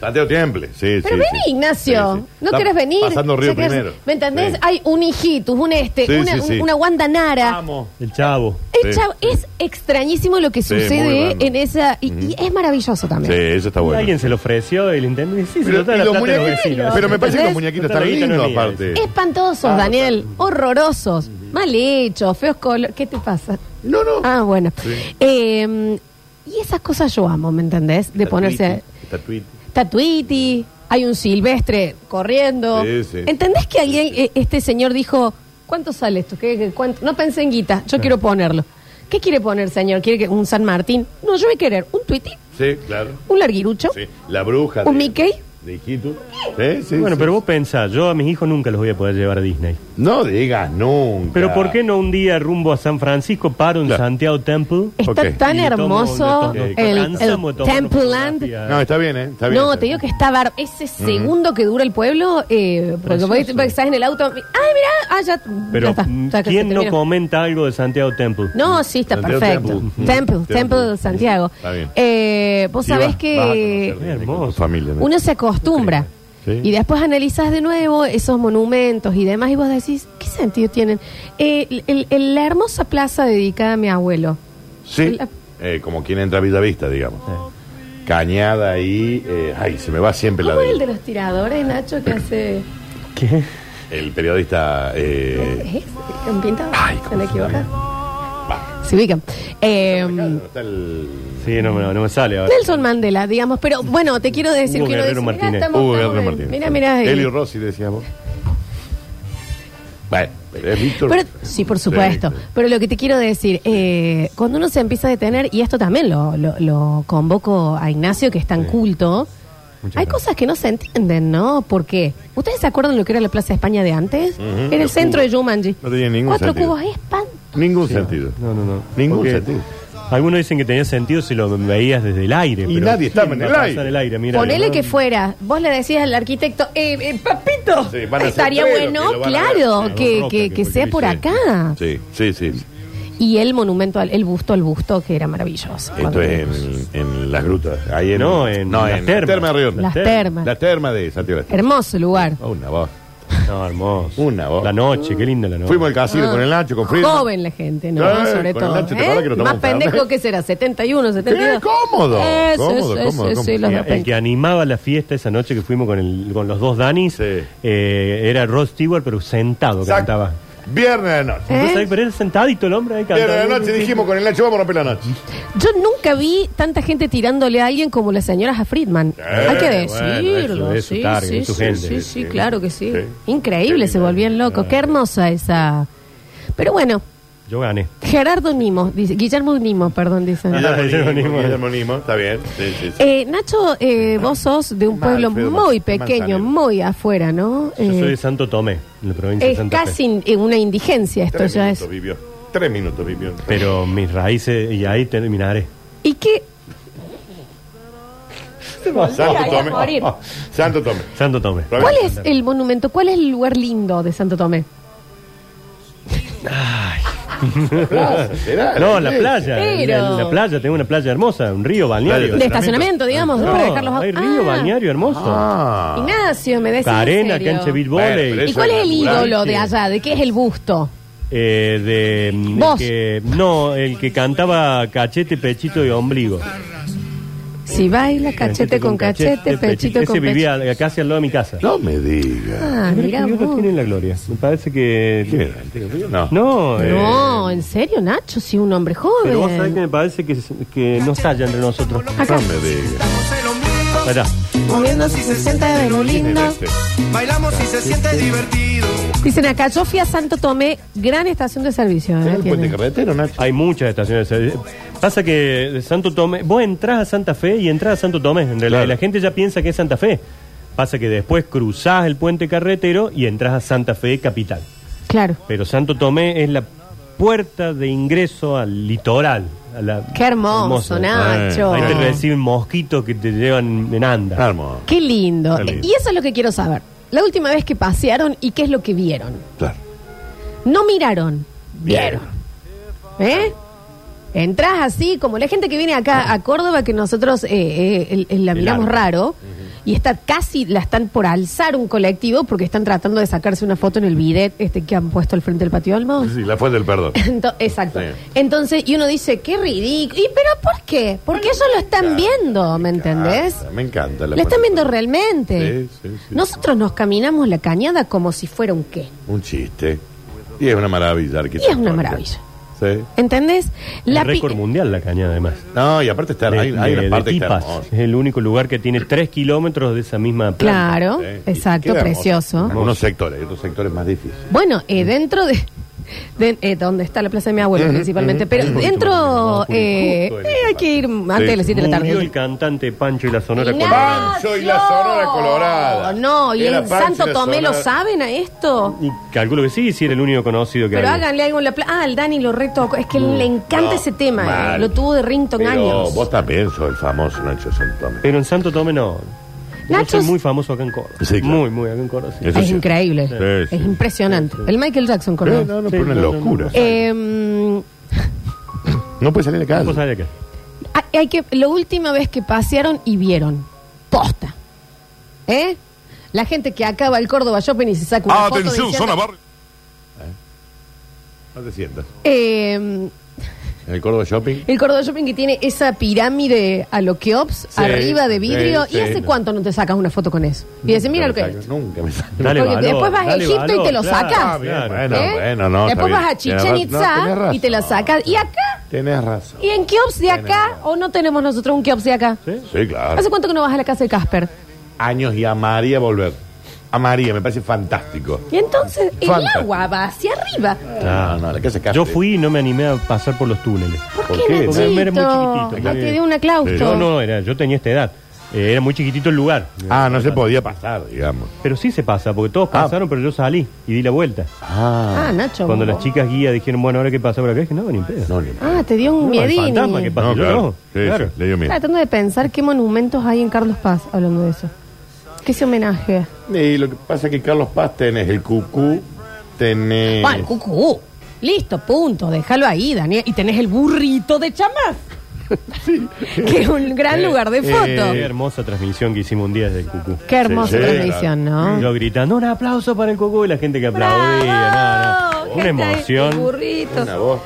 [SPEAKER 3] Santiago Temple, sí,
[SPEAKER 2] Pero
[SPEAKER 3] sí,
[SPEAKER 2] vení,
[SPEAKER 3] sí.
[SPEAKER 2] Ignacio.
[SPEAKER 3] Sí, sí.
[SPEAKER 2] ¿No
[SPEAKER 3] Está
[SPEAKER 2] querés venir?
[SPEAKER 3] Pasando Río
[SPEAKER 2] Ya querés-
[SPEAKER 3] primero.
[SPEAKER 2] ¿Me entendés?
[SPEAKER 3] Sí.
[SPEAKER 2] Hay un hijitus, un este,
[SPEAKER 3] Sí,
[SPEAKER 2] una,
[SPEAKER 3] sí, sí.
[SPEAKER 2] un- una Wanda Nara.
[SPEAKER 3] Vamos.
[SPEAKER 4] El chavo.
[SPEAKER 2] Eh,
[SPEAKER 3] Sí.
[SPEAKER 2] chavo, es extrañísimo lo que
[SPEAKER 3] Sí, muy
[SPEAKER 2] sucede
[SPEAKER 3] bueno.
[SPEAKER 2] en esa. Y, y es maravilloso
[SPEAKER 3] Sí,
[SPEAKER 2] también.
[SPEAKER 3] eso está bueno.
[SPEAKER 4] Alguien se lo ofreció y le intentó. Sí, se
[SPEAKER 3] Pero,
[SPEAKER 4] lo trae
[SPEAKER 3] y
[SPEAKER 4] la
[SPEAKER 3] los
[SPEAKER 4] plata de los
[SPEAKER 3] muñequitos-
[SPEAKER 4] vecinos.
[SPEAKER 3] pero me parece que
[SPEAKER 2] ¿Entendés?
[SPEAKER 3] los muñequitos
[SPEAKER 4] Total,
[SPEAKER 3] están
[SPEAKER 4] la guita no
[SPEAKER 3] lindos,
[SPEAKER 4] es mía,
[SPEAKER 3] aparte.
[SPEAKER 2] Espantosos, Daniel. Horrorosos. hermosos, mal hechos, feos colores. ¿Qué te pasa?
[SPEAKER 3] No, no.
[SPEAKER 2] Ah, bueno.
[SPEAKER 3] Sí.
[SPEAKER 2] Eh, y esas cosas yo amo, ¿me entendés? De
[SPEAKER 3] Tatuiti,
[SPEAKER 2] ponerse
[SPEAKER 3] tatuiti.
[SPEAKER 2] tatuiti, hay un silvestre corriendo.
[SPEAKER 3] Sí, sí.
[SPEAKER 2] ¿Entendés que alguien, eh, este señor dijo, ¿cuánto sale esto? ¿Qué, qué- cuánto? No pensé en guita, yo quiero ponerlo. ¿Qué quiere poner, señor? ¿Quiere que un San Martín? No, yo voy a querer un tuiti,
[SPEAKER 3] Sí, claro.
[SPEAKER 2] un larguirucho.
[SPEAKER 3] Sí. La bruja.
[SPEAKER 2] ¿Un
[SPEAKER 3] de-
[SPEAKER 2] Mickey?
[SPEAKER 3] De Hijito. Sí, sí.
[SPEAKER 4] Bueno,
[SPEAKER 3] sí.
[SPEAKER 4] pero vos pensás, yo a mis hijos nunca los voy a poder llevar a Disney.
[SPEAKER 3] No digas nunca.
[SPEAKER 4] Pero ¿por qué no un día rumbo a San Francisco paro en
[SPEAKER 3] Claro.
[SPEAKER 4] Santiago Temple?
[SPEAKER 2] Está
[SPEAKER 3] Ok.
[SPEAKER 2] tan
[SPEAKER 4] Y le tomo-
[SPEAKER 2] hermoso
[SPEAKER 4] le tomo-
[SPEAKER 2] el, el
[SPEAKER 4] cansamos de tomar
[SPEAKER 2] Temple Land.
[SPEAKER 4] fotografía.
[SPEAKER 3] No, está bien, ¿eh? Está bien.
[SPEAKER 2] No,
[SPEAKER 3] está
[SPEAKER 2] te digo que está bar... Ese segundo que dura el pueblo, eh, porque
[SPEAKER 4] Precioso.
[SPEAKER 2] vos porque estás en el auto. ¡Ay, mirá! ¡Ah, ya!
[SPEAKER 4] Pero
[SPEAKER 2] ya está,
[SPEAKER 3] mm,
[SPEAKER 2] ya que
[SPEAKER 4] ¿quién
[SPEAKER 2] se
[SPEAKER 4] no
[SPEAKER 2] terminó.
[SPEAKER 4] comenta algo de Santiago Temple?
[SPEAKER 2] No, sí, está
[SPEAKER 3] Santiago
[SPEAKER 2] perfecto.
[SPEAKER 3] Temple.
[SPEAKER 2] Temple,
[SPEAKER 3] Ujú.
[SPEAKER 2] Temple
[SPEAKER 3] Temple.
[SPEAKER 2] de Santiago.
[SPEAKER 3] Está bien.
[SPEAKER 2] Eh, vos
[SPEAKER 3] Sí,
[SPEAKER 2] sabés
[SPEAKER 3] vas- vas a conocer
[SPEAKER 2] que
[SPEAKER 3] Disney con tu
[SPEAKER 4] Hermoso.
[SPEAKER 3] Familia, ¿no?
[SPEAKER 2] uno se acostumbra.
[SPEAKER 3] Sí.
[SPEAKER 2] Y después analizás de nuevo esos monumentos y demás y vos decís, ¿qué sentido tienen? Eh, el- el- el- la hermosa plaza dedicada a mi abuelo.
[SPEAKER 3] Sí. Eh, como quien entra a Villa Vista, digamos. Cañada ahí. eh, ay, se me va siempre la
[SPEAKER 2] ¿Cómo es el de
[SPEAKER 3] de.
[SPEAKER 2] los tiradores, Nacho, que hace...
[SPEAKER 4] ¿Qué?
[SPEAKER 3] El periodista. Eh,
[SPEAKER 2] ¿Es ese? ¿Un pintado?
[SPEAKER 3] Ay,
[SPEAKER 2] ¿Se
[SPEAKER 3] ¿cómo
[SPEAKER 2] me
[SPEAKER 3] se llama?
[SPEAKER 2] equivoca?
[SPEAKER 3] va.
[SPEAKER 2] Se ubican. Eh,
[SPEAKER 3] Claro, está el-
[SPEAKER 4] Sí, no, me- no me sale ahora.
[SPEAKER 2] Nelson Mandela, digamos, pero bueno, te quiero decir
[SPEAKER 4] Hugo
[SPEAKER 2] que uno
[SPEAKER 4] Guerrero
[SPEAKER 2] dice,
[SPEAKER 4] Martínez.
[SPEAKER 2] Mira, estamos,
[SPEAKER 3] Hugo
[SPEAKER 2] estamos
[SPEAKER 3] Gabriel
[SPEAKER 2] en-
[SPEAKER 3] Martínez.
[SPEAKER 2] Mira, mira. eh,
[SPEAKER 3] Elio Rossi, decías vos. Bueno, pero es Víctor.
[SPEAKER 2] Pero, sí, por supuesto.
[SPEAKER 3] Sí, sí.
[SPEAKER 2] Pero lo que te quiero decir, eh, cuando uno se empieza a detener, y esto también lo, lo, lo convoco a Ignacio, que es tan culto,
[SPEAKER 4] Muchas
[SPEAKER 2] hay
[SPEAKER 4] gracias.
[SPEAKER 2] cosas que no se entienden, ¿no? ¿Por qué? ¿Ustedes se acuerdan lo que era la Plaza de España de antes?
[SPEAKER 3] Ujú.
[SPEAKER 2] Era el
[SPEAKER 3] Los
[SPEAKER 2] centro
[SPEAKER 3] cubos.
[SPEAKER 2] de Jumanji.
[SPEAKER 3] No tenía ningún
[SPEAKER 2] Cuatro
[SPEAKER 3] sentido.
[SPEAKER 2] cubos, espanto.
[SPEAKER 3] Ningún sentido.
[SPEAKER 4] No, no, no.
[SPEAKER 3] Ningún
[SPEAKER 4] Porque
[SPEAKER 3] sentido.
[SPEAKER 4] Algunos dicen que tenía sentido si lo veías desde el aire.
[SPEAKER 3] Y
[SPEAKER 4] pero
[SPEAKER 3] nadie estaba en
[SPEAKER 4] va
[SPEAKER 3] el
[SPEAKER 4] a
[SPEAKER 3] aire.
[SPEAKER 4] pasar el aire, mira,
[SPEAKER 2] Ponele
[SPEAKER 4] ¿no?
[SPEAKER 2] que fuera, vos le decías al arquitecto, eh, eh, papito,
[SPEAKER 3] Sí, van a ser
[SPEAKER 2] estaría
[SPEAKER 3] tres
[SPEAKER 2] bueno,
[SPEAKER 3] los que lo van a ver,
[SPEAKER 2] claro,
[SPEAKER 3] sí,
[SPEAKER 2] que,
[SPEAKER 4] Roca,
[SPEAKER 2] que-
[SPEAKER 4] que
[SPEAKER 2] que
[SPEAKER 4] fue
[SPEAKER 2] sea
[SPEAKER 4] que
[SPEAKER 2] por
[SPEAKER 4] hice.
[SPEAKER 2] acá.
[SPEAKER 3] Sí, sí, sí.
[SPEAKER 2] Y el monumento, al, el busto al busto, que era maravilloso.
[SPEAKER 3] Esto
[SPEAKER 2] Cuando-
[SPEAKER 3] es en, en las grutas. Ahí en,
[SPEAKER 4] No, en
[SPEAKER 3] no,
[SPEAKER 4] las
[SPEAKER 3] en
[SPEAKER 4] termas.
[SPEAKER 3] Terma de Río.
[SPEAKER 2] Las
[SPEAKER 4] Ter-
[SPEAKER 2] termas.
[SPEAKER 3] La terma de Santiago. del Estero.
[SPEAKER 2] Hermoso lugar.
[SPEAKER 3] Oh, una voz.
[SPEAKER 4] No, hermoso.
[SPEAKER 3] Una voz.
[SPEAKER 4] La noche, qué linda la noche.
[SPEAKER 3] Fuimos al casino con el Nacho, con Frida.
[SPEAKER 2] Ah. Joven la gente, ¿no?
[SPEAKER 3] Eh,
[SPEAKER 2] Sobre
[SPEAKER 3] con el
[SPEAKER 2] todo.
[SPEAKER 3] Nacho, ¿te
[SPEAKER 2] ¿eh?
[SPEAKER 3] acordás que
[SPEAKER 2] Más
[SPEAKER 3] nos tomamos un
[SPEAKER 2] pendejo
[SPEAKER 3] Fernet?
[SPEAKER 2] que será, 71, 72.
[SPEAKER 3] Qué cómodo,
[SPEAKER 2] Eso,
[SPEAKER 3] cómodo,
[SPEAKER 2] eso,
[SPEAKER 3] cómodo,
[SPEAKER 2] eso,
[SPEAKER 3] cómodo.
[SPEAKER 2] los
[SPEAKER 4] El-
[SPEAKER 2] de
[SPEAKER 4] El que
[SPEAKER 2] repente.
[SPEAKER 4] animaba la fiesta esa noche que fuimos con, el, con los dos Danis
[SPEAKER 3] Sí.
[SPEAKER 4] eh, era Rod Stewart, pero sentado
[SPEAKER 3] Exacto.
[SPEAKER 4] cantaba.
[SPEAKER 3] Viernes de noche.
[SPEAKER 2] ¿Eh?
[SPEAKER 4] Entonces, ahí, pero era sentadito el hombre ahí cantando.
[SPEAKER 3] Viernes de noche dijimos con el Nacho, vamos a romper la noche.
[SPEAKER 2] Yo nunca vi tanta gente tirándole a alguien como las señoras a Friedman.
[SPEAKER 3] Eh,
[SPEAKER 2] Hay que
[SPEAKER 3] bueno,
[SPEAKER 2] decirlo.
[SPEAKER 4] eso es su
[SPEAKER 2] sí,
[SPEAKER 4] target,
[SPEAKER 2] sí,
[SPEAKER 4] es su
[SPEAKER 2] sí,
[SPEAKER 4] gente.
[SPEAKER 2] sí, sí,
[SPEAKER 3] Sí,
[SPEAKER 2] claro que sí.
[SPEAKER 3] sí.
[SPEAKER 2] Increíble,
[SPEAKER 3] Qué
[SPEAKER 2] se
[SPEAKER 3] lindo.
[SPEAKER 2] volvían locos. Qué hermosa esa. Pero bueno,
[SPEAKER 4] Yo gané.
[SPEAKER 2] Gerardo Nimo, dice, Guillermo Nimo, perdón, dicen.
[SPEAKER 3] Guillermo
[SPEAKER 4] Guillermo
[SPEAKER 3] Nimo,
[SPEAKER 4] Nimo.
[SPEAKER 3] Guillermo Nimo, está bien. Sí, sí, sí.
[SPEAKER 2] Eh, Nacho, eh, vos sos de un
[SPEAKER 3] Mal,
[SPEAKER 2] pueblo
[SPEAKER 3] Alfredo,
[SPEAKER 2] muy
[SPEAKER 3] Manzanero.
[SPEAKER 2] pequeño, muy afuera, ¿no?
[SPEAKER 4] Yo soy
[SPEAKER 2] Eh,
[SPEAKER 4] de Santo Tomé, en la provincia de
[SPEAKER 2] es
[SPEAKER 4] Santa Fe.
[SPEAKER 2] casi eh, una indigencia esto
[SPEAKER 3] Tres
[SPEAKER 2] ya
[SPEAKER 3] minutos
[SPEAKER 2] es.
[SPEAKER 3] vivió. Tres minutos vivió.
[SPEAKER 4] Pero mis raíces, y ahí terminaré.
[SPEAKER 2] ¿Y qué?
[SPEAKER 3] Santo
[SPEAKER 2] Ay, a
[SPEAKER 3] Tomé. Ah,
[SPEAKER 2] morir.
[SPEAKER 3] Santo Tomé.
[SPEAKER 4] Santo Tomé.
[SPEAKER 2] ¿Cuál es el monumento? ¿Cuál es el lugar lindo de Santo Tomé?
[SPEAKER 3] ¿Será?
[SPEAKER 4] No, la playa.
[SPEAKER 2] Pero-
[SPEAKER 4] En la playa, tengo una playa hermosa, un río balneario.
[SPEAKER 2] De estacionamiento, digamos,
[SPEAKER 4] Ah, No,
[SPEAKER 2] para dejar los au-
[SPEAKER 4] hay río
[SPEAKER 2] Ah,
[SPEAKER 4] balneario hermoso.
[SPEAKER 3] Ah.
[SPEAKER 2] Ignacio, me decís. en
[SPEAKER 4] Arena,
[SPEAKER 2] serio.
[SPEAKER 4] cancha de eh, beach
[SPEAKER 3] Bueno,
[SPEAKER 4] volley.
[SPEAKER 3] pero
[SPEAKER 2] ¿Y
[SPEAKER 3] Eso
[SPEAKER 2] cuál
[SPEAKER 3] es
[SPEAKER 2] es el
[SPEAKER 3] natural,
[SPEAKER 2] ídolo
[SPEAKER 4] sí.
[SPEAKER 2] de allá? ¿De qué es el busto?
[SPEAKER 4] Eh, de mm,
[SPEAKER 2] Vos.
[SPEAKER 4] el que- no, el que cantaba cachete, pechito y ombligo.
[SPEAKER 2] Si baila cachete con cachete, pechito con
[SPEAKER 4] Ese
[SPEAKER 2] pechito.
[SPEAKER 4] vivía eh, casi al lado de mi casa.
[SPEAKER 3] No me digas.
[SPEAKER 2] Ah, mirá
[SPEAKER 4] Dios lo
[SPEAKER 2] vos.
[SPEAKER 4] tiene en la gloria. Me parece
[SPEAKER 3] ¿Quién
[SPEAKER 4] que
[SPEAKER 3] era? ¿El tío Río? No.
[SPEAKER 4] no. eh,
[SPEAKER 2] No, eh. en serio, Nacho, sí, un hombre
[SPEAKER 4] Pero vos sabés que
[SPEAKER 2] joven.
[SPEAKER 4] me parece que, que no salla entre nosotros.
[SPEAKER 2] Acá.
[SPEAKER 3] No me digas.
[SPEAKER 4] Pará.
[SPEAKER 2] Moviéndose se sienta de lo lindo.
[SPEAKER 3] Este.
[SPEAKER 5] Bailamos y se siente divertido.
[SPEAKER 2] Dicen acá, yo fui a Santo Tomé, gran estación de servicio. ¿eh?
[SPEAKER 3] ¿Tenés el puente
[SPEAKER 2] Tienen.
[SPEAKER 3] carretero, Nacho?
[SPEAKER 4] Hay muchas estaciones. eh, Pasa que de Santo Tomé, vos entras a Santa Fe y entras a Santo Tomé. En realidad,
[SPEAKER 3] Claro.
[SPEAKER 4] la gente ya piensa que es Santa Fe. Pasa que después cruzás el puente carretero y entras a Santa Fe capital.
[SPEAKER 2] Claro.
[SPEAKER 4] Pero Santo Tomé es la puerta de ingreso al litoral. a la-
[SPEAKER 2] Qué hermoso,
[SPEAKER 4] hermosa.
[SPEAKER 2] Nacho.
[SPEAKER 4] Ahí te reciben mosquitos que te llevan en anda.
[SPEAKER 3] Armo.
[SPEAKER 2] Qué lindo.
[SPEAKER 3] Qué lindo.
[SPEAKER 2] Y eso es lo que quiero saber. La última vez que pasearon y qué es lo que vieron.
[SPEAKER 3] Claro.
[SPEAKER 2] No miraron, vieron. ¿Eh? Entrás así, como la gente que viene acá a Córdoba, que nosotros eh, eh, el- el- la
[SPEAKER 4] El
[SPEAKER 2] miramos
[SPEAKER 4] árbol.
[SPEAKER 2] raro, y está casi, la están por alzar un colectivo porque están tratando de sacarse una foto en el bidet este que han puesto al frente del patio Olmos.
[SPEAKER 3] Sí, la fuente del perdón.
[SPEAKER 2] Ento- exacto.
[SPEAKER 3] Sí.
[SPEAKER 2] Entonces, y uno dice, qué ridículo. ¿Y pero por qué? Porque ellos lo están viendo, ¿me entendés?
[SPEAKER 3] encanta, Ah, Me encanta. la
[SPEAKER 2] Lo están
[SPEAKER 3] fuente del
[SPEAKER 2] viendo
[SPEAKER 3] perdón.
[SPEAKER 2] realmente.
[SPEAKER 3] Sí, sí, sí.
[SPEAKER 2] Nosotros nos caminamos la cañada como si fuera un qué.
[SPEAKER 3] Un chiste. Y es una maravilla arquitectónica.
[SPEAKER 2] Y es una maravilla.
[SPEAKER 3] Sí.
[SPEAKER 2] ¿Entendés? La
[SPEAKER 4] El récord
[SPEAKER 2] pi-
[SPEAKER 4] mundial la caña, además.
[SPEAKER 3] No, y aparte está,
[SPEAKER 4] De-
[SPEAKER 3] hay, hay
[SPEAKER 4] de-
[SPEAKER 3] una
[SPEAKER 4] de
[SPEAKER 3] parte que está
[SPEAKER 4] Tipas.
[SPEAKER 3] hermosa.
[SPEAKER 4] Es el único lugar que tiene 3 kilómetros de esa misma planta.
[SPEAKER 2] Claro,
[SPEAKER 3] Sí.
[SPEAKER 2] exacto,
[SPEAKER 3] Queda hermosa.
[SPEAKER 2] precioso.
[SPEAKER 3] En Algunos sectores, y otros sectores más difíciles.
[SPEAKER 2] Bueno, eh, dentro de, de- eh, donde está la plaza de mi abuelo principalmente, pero dentro eh,
[SPEAKER 3] Justo en
[SPEAKER 2] eh,
[SPEAKER 3] esa
[SPEAKER 2] hay que ir antes
[SPEAKER 3] Sí.
[SPEAKER 2] de las 7 de la
[SPEAKER 4] Murió el
[SPEAKER 2] tarde.
[SPEAKER 4] cantante Pancho y la Sonora
[SPEAKER 2] Ignacio.
[SPEAKER 4] Colorada.
[SPEAKER 3] Pancho y la Sonora Colorada.
[SPEAKER 2] No, y
[SPEAKER 3] Era
[SPEAKER 2] en
[SPEAKER 3] Pancho y
[SPEAKER 2] Santo
[SPEAKER 3] la
[SPEAKER 2] Tomé lo
[SPEAKER 3] Sonora-
[SPEAKER 2] saben a esto.
[SPEAKER 4] Y calculo que sí, si era el único conocido que
[SPEAKER 2] Pero
[SPEAKER 4] había.
[SPEAKER 2] háganle algo en la plaza. Ah, al Dani lo retocó. Es que le encanta
[SPEAKER 3] Uh, No,
[SPEAKER 2] ese tema. eh.
[SPEAKER 3] mal.
[SPEAKER 2] Lo tuvo de Rington
[SPEAKER 3] Pero
[SPEAKER 2] años.
[SPEAKER 3] Vos también sos el famoso Nacho Santome.
[SPEAKER 4] Pero en Santo Tomé no.
[SPEAKER 2] Nacho
[SPEAKER 4] Nacho
[SPEAKER 2] es-
[SPEAKER 4] es muy famoso acá en Córdoba.
[SPEAKER 3] Sí, claro.
[SPEAKER 4] Muy, muy acá en Córdoba. sí.
[SPEAKER 3] Eso
[SPEAKER 2] Es
[SPEAKER 3] sí.
[SPEAKER 2] increíble.
[SPEAKER 3] Sí,
[SPEAKER 2] Es
[SPEAKER 3] sí.
[SPEAKER 2] impresionante. El Michael Jackson con
[SPEAKER 3] Eh, No, no, no,
[SPEAKER 4] Sí,
[SPEAKER 3] pero una
[SPEAKER 4] no, no,
[SPEAKER 3] locura.
[SPEAKER 4] no,
[SPEAKER 2] Eh,
[SPEAKER 3] No puede salir de
[SPEAKER 4] ¿Cómo
[SPEAKER 3] casa.
[SPEAKER 4] sale acá?
[SPEAKER 2] Hay- Hay que, la última vez que pasearon y vieron. Posta. ¿Eh? La gente que acaba el Córdoba Shopping y se saca
[SPEAKER 3] Ah,
[SPEAKER 2] una foto diciendo,
[SPEAKER 6] barrio.
[SPEAKER 3] ¿Eh? No te sientas.
[SPEAKER 2] eh,
[SPEAKER 3] En el Córdoba Shopping.
[SPEAKER 2] El Córdoba Shopping que tiene esa pirámide a lo Keops, arriba de vidrio.
[SPEAKER 3] sí,
[SPEAKER 2] ¿Y hace
[SPEAKER 3] no.
[SPEAKER 2] cuánto no te sacas una foto con eso? Y dices, mira lo que...
[SPEAKER 3] Nunca me saco, Nunca me saco.
[SPEAKER 4] Dale
[SPEAKER 2] Porque
[SPEAKER 4] valor,
[SPEAKER 2] después vas a
[SPEAKER 4] dale
[SPEAKER 2] Egipto y
[SPEAKER 4] valor,
[SPEAKER 2] te lo
[SPEAKER 4] claro,
[SPEAKER 2] sacas.
[SPEAKER 4] claro.
[SPEAKER 3] Ah, Bueno,
[SPEAKER 2] ¿Eh?
[SPEAKER 3] bueno, no. está
[SPEAKER 2] Después
[SPEAKER 3] bien.
[SPEAKER 2] vas a Chichen
[SPEAKER 3] Tenés razón.
[SPEAKER 2] Itza
[SPEAKER 3] No, tenés razón.
[SPEAKER 2] y te la sacas. ¿Y acá?
[SPEAKER 3] Tenés razón.
[SPEAKER 2] ¿Y en Keops de acá?
[SPEAKER 3] razón.
[SPEAKER 2] ¿O no tenemos nosotros un Keops de acá?
[SPEAKER 3] Sí, claro.
[SPEAKER 2] ¿Hace cuánto que no vas a la casa de Casper?
[SPEAKER 3] Años y amaría volver. Amaría, me parece fantástico.
[SPEAKER 2] Y entonces el
[SPEAKER 3] Fantástico.
[SPEAKER 2] agua va hacia arriba.
[SPEAKER 3] No, no, la casa de Castro.
[SPEAKER 4] Yo fui y no me animé a pasar por los túneles.
[SPEAKER 2] ¿Por,
[SPEAKER 3] ¿Por
[SPEAKER 2] qué,
[SPEAKER 3] qué?
[SPEAKER 2] Nachito?
[SPEAKER 4] Porque era muy chiquitito.
[SPEAKER 2] Ah, te dio una claustro.
[SPEAKER 4] No, no, era, yo tenía esta edad. Eh, era muy chiquitito el lugar.
[SPEAKER 3] Ah, no se podía pasar, digamos.
[SPEAKER 4] Pero sí se pasa, porque todos
[SPEAKER 3] Ah.
[SPEAKER 4] pasaron, pero yo salí y di la vuelta.
[SPEAKER 3] Ah,
[SPEAKER 2] Ah, Nacho.
[SPEAKER 4] Cuando
[SPEAKER 2] vos.
[SPEAKER 4] las chicas guías dijeron, bueno, ahora qué pasa por acá, dije, no, ni pedo.
[SPEAKER 3] no, ni
[SPEAKER 2] Ah, te dio un
[SPEAKER 4] No, el
[SPEAKER 2] miedini.
[SPEAKER 4] fantasma que
[SPEAKER 2] Estaba
[SPEAKER 4] pasa.
[SPEAKER 3] No,
[SPEAKER 4] yo
[SPEAKER 3] claro.
[SPEAKER 4] no.
[SPEAKER 3] Sí,
[SPEAKER 4] Claro.
[SPEAKER 3] sí, le dio miedo.
[SPEAKER 2] Tratando de pensar qué monumentos hay en Carlos Paz hablando de eso. ¿Qué se homenaje?
[SPEAKER 3] Y lo que pasa es que Carlos Paz tenés el cucú,
[SPEAKER 4] Eh.
[SPEAKER 3] tenés.
[SPEAKER 2] Bueno, cucú. Listo, punto. Déjalo ahí, Daniel. Y tenés el burrito de
[SPEAKER 4] <laughs>
[SPEAKER 2] chamás. que es un gran lugar de
[SPEAKER 3] eh,
[SPEAKER 2] foto.
[SPEAKER 4] Qué hermosa transmisión que hicimos un día desde el Cucú.
[SPEAKER 2] Qué hermosa
[SPEAKER 3] sí, claro.
[SPEAKER 2] transmisión, ¿no?
[SPEAKER 4] Yo gritando, un aplauso para el Cucú y la gente que aplaudía.
[SPEAKER 2] ¡Bravo!
[SPEAKER 4] no, no.
[SPEAKER 2] Gente,
[SPEAKER 4] Una
[SPEAKER 2] el
[SPEAKER 4] emoción.
[SPEAKER 2] burrito.
[SPEAKER 3] una voz.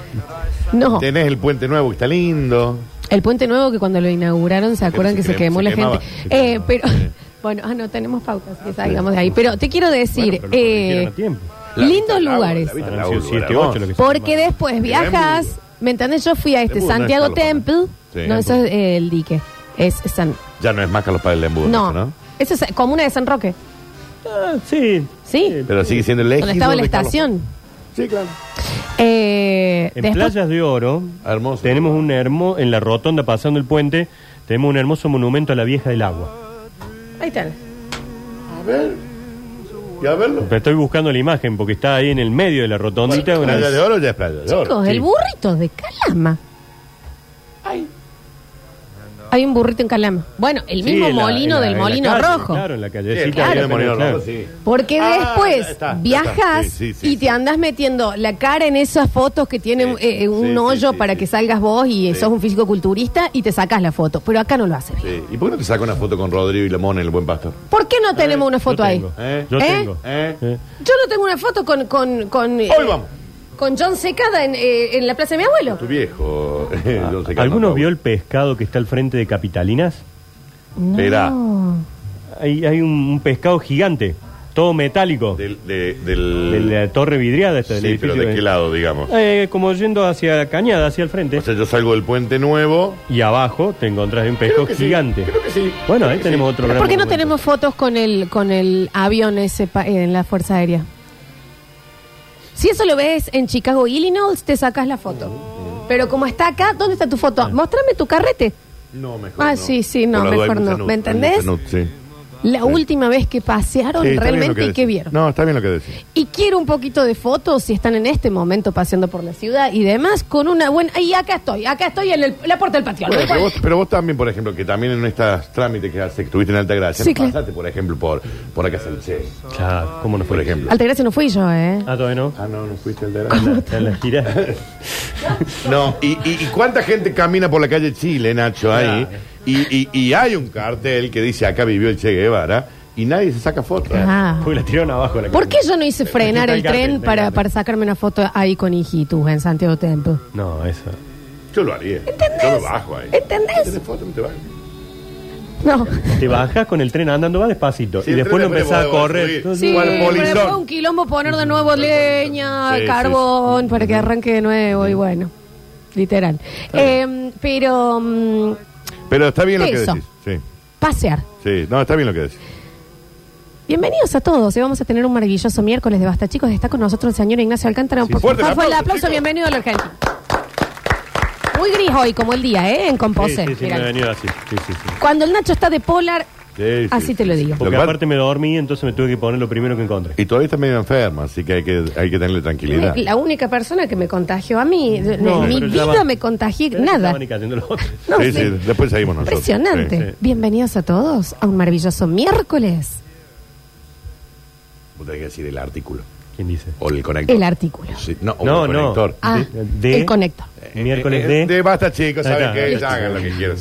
[SPEAKER 2] No,
[SPEAKER 3] Tenés el puente nuevo que está lindo.
[SPEAKER 2] el puente nuevo que cuando lo inauguraron, ¿se acuerdan que
[SPEAKER 3] Pero
[SPEAKER 2] se,
[SPEAKER 3] se
[SPEAKER 2] quemó
[SPEAKER 3] quem-
[SPEAKER 2] la
[SPEAKER 3] se quemaba.
[SPEAKER 2] gente?
[SPEAKER 3] Se
[SPEAKER 2] Eh,
[SPEAKER 3] quemaba.
[SPEAKER 2] pero,
[SPEAKER 3] Sí.
[SPEAKER 2] <laughs> bueno, ah, no tenemos pautas, que salgamos de ahí. Pero te quiero decir,
[SPEAKER 4] Bueno, pero lo corrigieron
[SPEAKER 2] eh,
[SPEAKER 4] a tiempo.
[SPEAKER 3] La
[SPEAKER 2] lindos
[SPEAKER 3] vista al agua,
[SPEAKER 2] lugares.
[SPEAKER 3] la vista al
[SPEAKER 4] Habrán
[SPEAKER 3] agua,
[SPEAKER 4] sido siete,
[SPEAKER 3] hermoso.
[SPEAKER 4] ocho, lo que sea.
[SPEAKER 2] Porque después viajas, ¿me entendés? Yo fui a este
[SPEAKER 3] Lembu, no es
[SPEAKER 2] Santiago
[SPEAKER 3] Carlos Paz.
[SPEAKER 2] Temple.
[SPEAKER 3] Sí,
[SPEAKER 2] no,
[SPEAKER 3] Lembu.
[SPEAKER 2] eso es eh, el dique. Es San.
[SPEAKER 3] Ya no es más Carlos Paz del Embudo,
[SPEAKER 2] No,
[SPEAKER 3] eso, ¿no?
[SPEAKER 2] eso es comuna de San Roque.
[SPEAKER 4] Ah, sí.
[SPEAKER 2] Sí.
[SPEAKER 4] Eh,
[SPEAKER 3] Pero sigue siendo el eje.
[SPEAKER 2] Donde estaba la estación.
[SPEAKER 3] Sí, claro.
[SPEAKER 2] Eh,
[SPEAKER 4] En
[SPEAKER 2] después-
[SPEAKER 4] Playas de Oro
[SPEAKER 3] Ah, Hermoso.
[SPEAKER 4] tenemos un hermoso, en la rotonda pasando el puente, tenemos un hermoso monumento a la vieja del agua.
[SPEAKER 2] Ahí están.
[SPEAKER 3] A ver. Y a verlo.
[SPEAKER 4] Pero estoy buscando la imagen porque está ahí en el medio de la rotondita. una-
[SPEAKER 3] Playa de oro ya es playa de oro.
[SPEAKER 2] Chicos,
[SPEAKER 4] sí.
[SPEAKER 2] el burrito de Calama. Hay un burrito en Calama. Bueno, el
[SPEAKER 4] Sí,
[SPEAKER 2] mismo
[SPEAKER 4] en la-
[SPEAKER 2] molino
[SPEAKER 4] en la-
[SPEAKER 2] del
[SPEAKER 4] en la
[SPEAKER 2] molino
[SPEAKER 4] calle,
[SPEAKER 2] rojo.
[SPEAKER 4] Claro, en la
[SPEAKER 3] Sí,
[SPEAKER 4] callecita.
[SPEAKER 3] playa
[SPEAKER 4] ahí
[SPEAKER 3] de Molino
[SPEAKER 4] apenas, claro.
[SPEAKER 3] Rojo, sí.
[SPEAKER 2] Porque
[SPEAKER 3] Ah,
[SPEAKER 2] después
[SPEAKER 3] ya está, ya está.
[SPEAKER 2] viajas
[SPEAKER 3] Sí, sí, sí,
[SPEAKER 2] y
[SPEAKER 3] sí.
[SPEAKER 2] te andas metiendo la cara en esas fotos que tienen
[SPEAKER 3] Sí,
[SPEAKER 2] eh, eh, un
[SPEAKER 3] sí, sí,
[SPEAKER 2] hoyo
[SPEAKER 3] sí,
[SPEAKER 2] para
[SPEAKER 3] sí.
[SPEAKER 2] que salgas vos y eh,
[SPEAKER 3] Sí.
[SPEAKER 2] sos un físico culturista y te sacas la foto. Pero acá no lo haces.
[SPEAKER 3] Sí. ¿Y por qué no te saca una foto con Rodrigo y la Mona en el Buen Pastor?
[SPEAKER 2] ¿Por qué no tenemos una foto
[SPEAKER 4] yo
[SPEAKER 2] ahí?
[SPEAKER 4] tengo.
[SPEAKER 3] ¿Eh?
[SPEAKER 4] Yo
[SPEAKER 2] ¿Eh?
[SPEAKER 4] tengo.
[SPEAKER 3] ¿Eh?
[SPEAKER 4] Eh.
[SPEAKER 2] Yo no tengo una foto con con con, eh,
[SPEAKER 3] Hoy vamos.
[SPEAKER 2] con John Secada en, eh, en la plaza de mi abuelo.
[SPEAKER 3] Tu viejo. <laughs> Yo sé que
[SPEAKER 4] Eh, Ah, ¿Alguno
[SPEAKER 3] no-
[SPEAKER 4] vio el pescado que está al frente de Capitalinas?
[SPEAKER 3] Verá.
[SPEAKER 4] Hay, hay un, un pescado gigante, todo metálico, de,
[SPEAKER 3] Del, de- del-
[SPEAKER 4] la torre vidriada. Esta, del
[SPEAKER 3] Sí, pero
[SPEAKER 4] edificio
[SPEAKER 3] ¿de qué lado, digamos?
[SPEAKER 4] Eh, como yendo hacia la cañada, hacia el frente.
[SPEAKER 3] O sea, yo salgo del puente nuevo.
[SPEAKER 4] y abajo te encontrás un pescado
[SPEAKER 3] que sí,
[SPEAKER 4] gigante.
[SPEAKER 3] creo que sí,
[SPEAKER 4] Bueno,
[SPEAKER 3] creo
[SPEAKER 4] ahí
[SPEAKER 3] que
[SPEAKER 4] tenemos
[SPEAKER 3] sí.
[SPEAKER 4] otro
[SPEAKER 2] ¿Por
[SPEAKER 4] gran
[SPEAKER 2] qué no
[SPEAKER 4] monumento.
[SPEAKER 2] tenemos fotos con el con el avión ese pa- eh, en la Fuerza Aérea? Si eso lo ves en Chicago, Illinois, te sacas la foto. Pero como está acá, ¿dónde está tu foto? Mostrame tu carrete.
[SPEAKER 3] No, mejor
[SPEAKER 2] Ah,
[SPEAKER 3] no.
[SPEAKER 2] sí, sí, no,
[SPEAKER 3] Por las dudas,
[SPEAKER 2] mejor
[SPEAKER 3] hay mucha
[SPEAKER 2] no.
[SPEAKER 3] nut,
[SPEAKER 2] ¿Me
[SPEAKER 3] hay
[SPEAKER 2] entendés?
[SPEAKER 3] mucha nut, sí.
[SPEAKER 2] La última vez que pasearon
[SPEAKER 3] Sí, está bien lo
[SPEAKER 2] realmente y
[SPEAKER 3] decís.
[SPEAKER 2] qué vieron.
[SPEAKER 3] No, está bien lo que decís.
[SPEAKER 2] Y quiero un poquito de fotos si están en este momento paseando por la ciudad y demás con una buena... Y acá estoy, acá estoy en el- la puerta del patio.
[SPEAKER 3] Bueno, pero, vos, pero vos también, por ejemplo, que también en estos trámites que hace, que estuviste en Alta Gracia,
[SPEAKER 2] Sí,
[SPEAKER 3] no
[SPEAKER 2] claro.
[SPEAKER 3] pasaste, por ejemplo, por, por acá el Che,
[SPEAKER 4] Claro, ¿cómo no fue?
[SPEAKER 3] por ejemplo.
[SPEAKER 2] Altagracia no fui yo, ¿eh?
[SPEAKER 4] Ah, todavía no.
[SPEAKER 3] Ah, no, no fuiste al de
[SPEAKER 4] Está en la
[SPEAKER 3] <laughs>
[SPEAKER 4] gira.
[SPEAKER 3] No, y, y, y cuánta gente camina por la calle Chile, Nacho, ahí, y, y, y hay un cartel que dice acá vivió el Che Guevara, y nadie se saca fotos.
[SPEAKER 2] Ah.
[SPEAKER 4] Porque la tiraron abajo. de La
[SPEAKER 2] ¿Por qué
[SPEAKER 4] cañada.
[SPEAKER 2] yo no hice frenar el
[SPEAKER 4] Está el
[SPEAKER 2] tren
[SPEAKER 4] cartel,
[SPEAKER 2] para,
[SPEAKER 4] está el
[SPEAKER 2] para sacarme una foto ahí con hijitus en Santiago Temple?
[SPEAKER 4] No, eso.
[SPEAKER 3] Yo lo haría. Yo
[SPEAKER 2] ¿Entendés?
[SPEAKER 3] me bajo ahí.
[SPEAKER 2] ¿Entendés?
[SPEAKER 3] ¿Tenés foto? No te bajes.
[SPEAKER 2] No.
[SPEAKER 4] Te bajas con el tren andando, va despacito.
[SPEAKER 3] Sí,
[SPEAKER 4] y
[SPEAKER 3] el
[SPEAKER 4] después lo
[SPEAKER 3] tren después
[SPEAKER 4] empezás a
[SPEAKER 3] vos vas a
[SPEAKER 4] correr.
[SPEAKER 3] subir.
[SPEAKER 2] Sí,
[SPEAKER 3] Igual
[SPEAKER 2] pero
[SPEAKER 3] polizón.
[SPEAKER 2] después un quilombo poner de nuevo leña,
[SPEAKER 3] Sí, sí,
[SPEAKER 2] carbón, para que arranque de nuevo y bueno, literal. Eh, pero mm,
[SPEAKER 3] Pero está bien lo que
[SPEAKER 2] Eso.
[SPEAKER 3] decís. Sí,
[SPEAKER 2] pasear.
[SPEAKER 3] sí. No, está bien lo que decís.
[SPEAKER 2] Bienvenidos a todos. Hoy vamos a tener un maravilloso miércoles de Basta Chicos. Está con nosotros el señor Ignacio Alcántara.
[SPEAKER 3] Sí,
[SPEAKER 2] Por
[SPEAKER 3] fuerte el
[SPEAKER 2] favor, el
[SPEAKER 3] aplauso,
[SPEAKER 2] aplauso.
[SPEAKER 3] chicos.
[SPEAKER 2] Bienvenido a la Argentina. Muy gris hoy, como el día, ¿eh? En
[SPEAKER 4] Sí,
[SPEAKER 2] Composé.
[SPEAKER 4] sí, sí, me
[SPEAKER 2] Mirá.
[SPEAKER 4] ha venido así. Sí, sí, sí.
[SPEAKER 2] Cuando el Nacho está de polar,
[SPEAKER 3] Sí, sí,
[SPEAKER 2] así
[SPEAKER 3] sí,
[SPEAKER 2] te lo
[SPEAKER 3] sí.
[SPEAKER 2] digo.
[SPEAKER 4] Porque
[SPEAKER 3] Lo cual-
[SPEAKER 4] aparte me dormí, entonces me tuve que poner lo primero que encontré.
[SPEAKER 3] Y todavía está medio enferma, así que hay que, hay que tenerle tranquilidad.
[SPEAKER 2] eh, La única persona que me contagió a mí, de-
[SPEAKER 4] No,
[SPEAKER 2] en mi
[SPEAKER 4] pero ya
[SPEAKER 2] vida
[SPEAKER 4] va.
[SPEAKER 2] me contagié
[SPEAKER 4] Pero
[SPEAKER 2] nada.
[SPEAKER 4] estaban y cayendo los otros.
[SPEAKER 2] No
[SPEAKER 3] sí,
[SPEAKER 2] sé.
[SPEAKER 3] sí, después seguimos nosotros.
[SPEAKER 2] Impresionante.
[SPEAKER 3] Sí.
[SPEAKER 2] Bienvenidos a todos a un maravilloso miércoles.
[SPEAKER 3] Vos tenés que decir el artículo.
[SPEAKER 4] ¿Quién dice?
[SPEAKER 3] O el conector.
[SPEAKER 2] El artículo.
[SPEAKER 3] Sí, no, o
[SPEAKER 4] No,
[SPEAKER 3] el
[SPEAKER 4] no.
[SPEAKER 3] conector.
[SPEAKER 2] Ah,
[SPEAKER 4] De- de-
[SPEAKER 2] el conector.
[SPEAKER 4] Miércoles
[SPEAKER 3] Eh,
[SPEAKER 4] de...
[SPEAKER 3] basta, chicos,
[SPEAKER 4] Ahí
[SPEAKER 3] saben
[SPEAKER 4] está.
[SPEAKER 3] que hagan lo que quieran.